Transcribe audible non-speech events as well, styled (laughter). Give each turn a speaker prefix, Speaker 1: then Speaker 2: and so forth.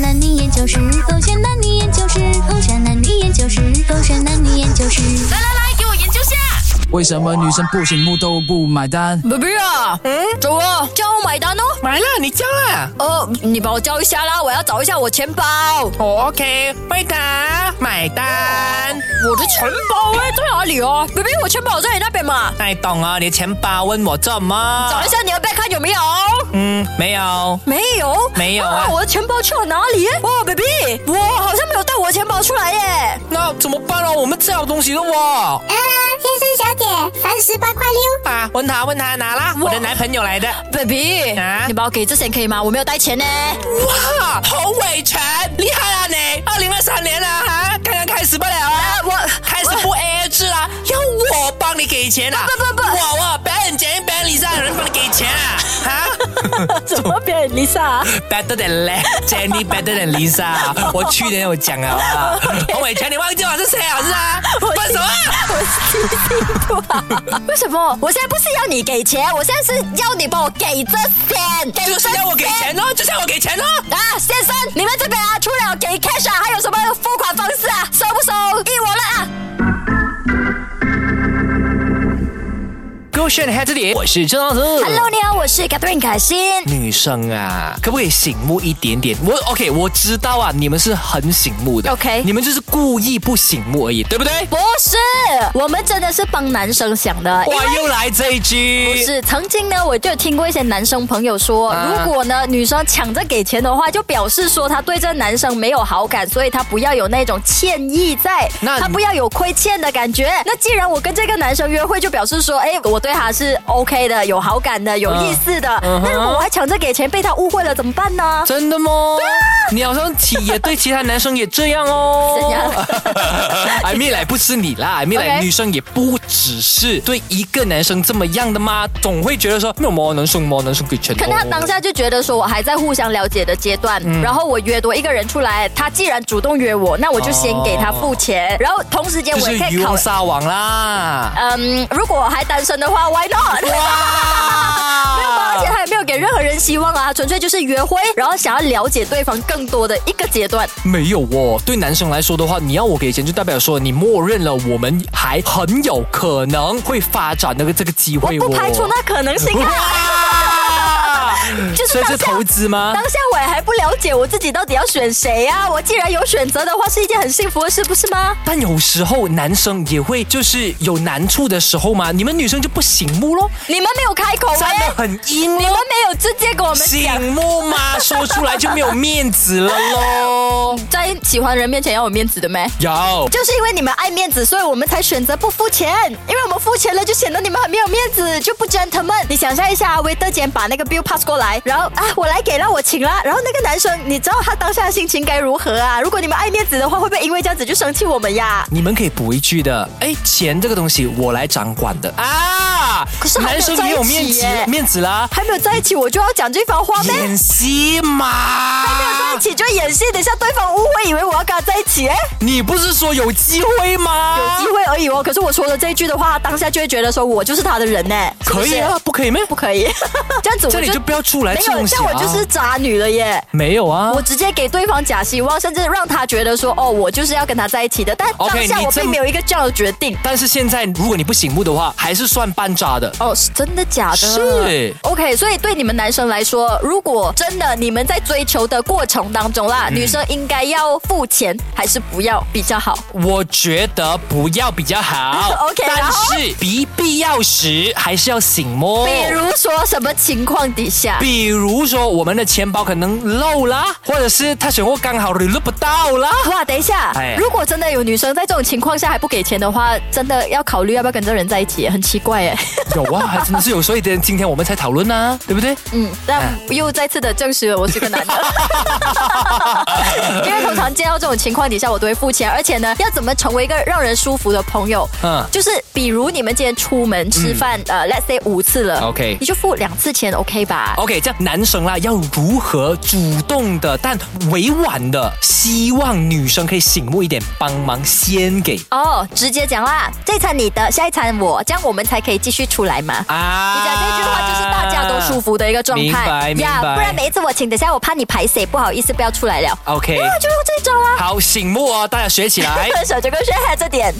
Speaker 1: 男女研究室，狗血男女研究室，狗血男女研究室，狗血男女研究室。
Speaker 2: 来来来，给我研究下。
Speaker 3: 为什么女生不醒目都不买单？
Speaker 2: baby 啊，嗯，走啊，叫我买单哦。
Speaker 4: 买了，你交了。
Speaker 2: 哦，你帮我叫一下啦，我要找一下我钱包。
Speaker 4: 哦、o k 贝塔买单。
Speaker 2: 我的钱包哎，在哪里哦？baby，我钱包在你那边嘛。
Speaker 4: 那懂啊，你的钱包问我做么？
Speaker 2: 找一下你的 b 看有没有？
Speaker 4: 嗯，没有。
Speaker 2: 没有，哦
Speaker 4: 没有啊
Speaker 2: 哇我的钱包去了哪里？哇，baby，我好像没有带我的钱包出来耶。
Speaker 4: 那怎么办啊？我们吃好东西了哦。
Speaker 5: 啊，先生小姐，三十八块六。
Speaker 4: 啊，问他问他拿啦，我的男朋友来的。
Speaker 2: baby，、
Speaker 4: 啊
Speaker 2: 你帮我给这些可以吗？我没有带钱呢。
Speaker 4: 哇，侯伟全，厉害啊你！二零二三年了哈，刚刚开始不了啊，我开始不 AA 制啦，要我帮你给钱啊？
Speaker 2: 不不不
Speaker 4: 我我表演节目表演礼上有人帮你给钱啊？哈
Speaker 2: (laughs) 怎么变 Lisa？啊 (laughs)
Speaker 4: ，better than (laughs) Jenny better than (laughs) Lisa，我去年有讲了啊，侯伟全你忘记我是谁啊？是 (laughs) 啊，分手啊！
Speaker 2: 我是记性不好。为什么？我现在不是要你给钱，我现在是要你帮我给这些，给
Speaker 4: 就是要我给
Speaker 2: 这些
Speaker 4: 钱哦，就是要我给钱哦。
Speaker 2: 啊，先生，你们这边啊，除了给 cash 啊，还有什么付款方式啊？收不收？依我了啊！
Speaker 4: 各位炫嗨这里，我是郑老师。
Speaker 2: Hello，你好，我是 Catherine 凯欣。
Speaker 4: 女生啊，可不可以醒目一点点？我 OK，我知道啊，你们是很醒目的
Speaker 2: OK
Speaker 4: 你们就是故意不醒目而已，对不对？
Speaker 2: 不是，我们真的是帮男生想的。因
Speaker 4: 哇，
Speaker 2: 为
Speaker 4: 又来这一
Speaker 2: 不
Speaker 4: 句，
Speaker 2: 是，曾经呢，我就有听过一些男生朋友说，
Speaker 4: 啊
Speaker 2: 如果呢女生抢着给钱的话，就表示说他对这个男生没有好感，所以他不要有那种歉意在，
Speaker 4: 那
Speaker 2: 他不要有亏欠的感觉。那既然我跟这个男生约会，就表示说，哎，我对他是 OK 的，有好感的，有意思的。
Speaker 4: 嗯
Speaker 2: 那如果我还抢着给钱，被他误会了怎么办呢？
Speaker 4: 真的吗？你好像其也对其他男生也这样哦。
Speaker 2: 怎样
Speaker 4: ？I mean 来不是你啦，I mean 来
Speaker 2: OK
Speaker 4: 女生也不只是对一个男生这么样的嘛，总会觉得说没有么男生么男生给钱哦。
Speaker 2: 可能他当下就觉得说，我还在互相了解的阶段，
Speaker 4: 嗯
Speaker 2: 然后我约多一个人出来，他既然主动约我，那我就先给他付
Speaker 4: 哦
Speaker 2: 钱，然后同时间
Speaker 4: 就
Speaker 2: 我
Speaker 4: 是
Speaker 2: 也可
Speaker 4: 渔
Speaker 2: 以考
Speaker 4: 翁。撒网啦。
Speaker 2: 嗯，如果我还单身的话，Why not？
Speaker 4: 哇！
Speaker 2: 没有吧，而且他也没有给任何人希望啊，纯粹就是约会，然后想要了解对方更多的一个阶段。
Speaker 4: 没有哦，对男生来说的话，你要我给钱，就代表说你默认了我们还很有可能会发展那个这个机
Speaker 2: 我
Speaker 4: 会、哦。
Speaker 2: 不排除那可能性啊。
Speaker 4: 哇
Speaker 2: (laughs) 就是
Speaker 4: 所以
Speaker 2: 当
Speaker 4: 是
Speaker 2: 下
Speaker 4: 投资吗
Speaker 2: 当？下我也还不了解我自己到底要选谁啊！我既然有选择的话，是一件很幸福的事，不是吗？
Speaker 4: 但有时候男生也会就是有难处的时候嘛，你们女生就不醒目咯，
Speaker 2: 你们没有开口
Speaker 4: 站
Speaker 2: 哎、
Speaker 4: 得很硬
Speaker 2: 你
Speaker 4: 咯
Speaker 2: 们，没有直接跟我们讲，
Speaker 4: 醒目嘛，说出来就没有面子了
Speaker 2: (laughs)
Speaker 4: 咯。
Speaker 2: 在喜欢人面前要有面子的咩？
Speaker 4: 有，
Speaker 2: 就是因为你们爱面子，所以我们才选择不付钱。因为我们付钱了，就显得你们很没有面子，就不 gentleman。你想象一下，维德姐把那个 bill pass 过来，然后啊，我来给了，我请了。然后那个男生，你知道他当下的心情该如何啊？如果你们爱面子的话，会不会因为这样子就生气我们呀？
Speaker 4: 你们可以补一句的，哎，钱这个东西我来掌管的啊。
Speaker 2: 可是还没有
Speaker 4: 男生
Speaker 2: 在一
Speaker 4: 也有
Speaker 2: 起
Speaker 4: 面子
Speaker 2: 耶
Speaker 4: 面子啦。
Speaker 2: 还没有在一起，我就要讲这番话咩？没
Speaker 4: 演戏
Speaker 2: 有在一
Speaker 4: 嘛？
Speaker 2: 起就演戏，等一下对方误会，以为我要跟他在一起，哎，
Speaker 4: 你不是说有机会吗？
Speaker 2: 有机会而已哦。可是我说了这一句的话，当下就会觉得说我就是他的人呢，是不
Speaker 4: 可
Speaker 2: 是
Speaker 4: 以啊，，不可以咩？
Speaker 2: 不可以？ (laughs) 这样子我
Speaker 4: 这里就不要出来
Speaker 2: 没
Speaker 4: 这种
Speaker 2: 有，
Speaker 4: 西
Speaker 2: 这
Speaker 4: 啊
Speaker 2: 样我就是渣女了耶！
Speaker 4: 没有啊
Speaker 2: 我。直接给对方假希望，甚至让他觉得说，哦，我就是要跟他在一起的。但
Speaker 4: OK，
Speaker 2: 当下
Speaker 4: 你
Speaker 2: 我
Speaker 4: 这么
Speaker 2: 并没有一个这样的决定。
Speaker 4: 但是现在如果你不醒目的话，还是算半渣的。
Speaker 2: 哦，是真的假的？
Speaker 4: 是
Speaker 2: OK，所以对你们男生来说，如果真的你们在追求的过程当中啦，
Speaker 4: 嗯
Speaker 2: 女生应该要付钱还是不要比较好？
Speaker 4: 我觉得不要比较好。
Speaker 2: (laughs) OK，然
Speaker 4: 但
Speaker 2: 后
Speaker 4: 是必必要时还是要醒目。
Speaker 2: 比如说什么情况底下？
Speaker 4: 比如说我们的钱包可能漏啦，或者是他选货刚好 reload 不到啦。
Speaker 2: 哇，等一下
Speaker 4: 哎，
Speaker 2: 如果真的有女生在这种情况下还不给钱的话，真的要考虑要不要跟这人在一起，很奇怪哎。
Speaker 4: 有啊，还真的是有，所以今天我们才讨论啊， (laughs) 对不对？
Speaker 2: 嗯，但又再次的证实了我是个男
Speaker 4: (laughs)
Speaker 2: 的。因为通常见到这种情况底下，我都会付钱，而且呢，要怎么成为一个让人舒服的朋友？
Speaker 4: 嗯
Speaker 2: 就是比如你们今天出门吃饭，呃，let's say 五次了
Speaker 4: OK 哦
Speaker 2: 你就付两次钱，OK 吧？
Speaker 4: OK，这样男生啦，要如何主动的但委婉的，希望女生可以醒目一点，帮忙先给
Speaker 2: 哦，直接讲啦，这餐你的，下一餐我，这样我们才可以继续出来嘛。
Speaker 4: 啊
Speaker 2: 你讲这句话就是大家都舒。服的一个状态
Speaker 4: 明白明白
Speaker 2: 不然每一次我请，等下我怕你排谁，不好意思不要出来了。
Speaker 4: OK，
Speaker 2: 那就用这一招啊！ (laughs)
Speaker 4: 好，醒目哦，大家学起来。
Speaker 2: 小九哥学海这点。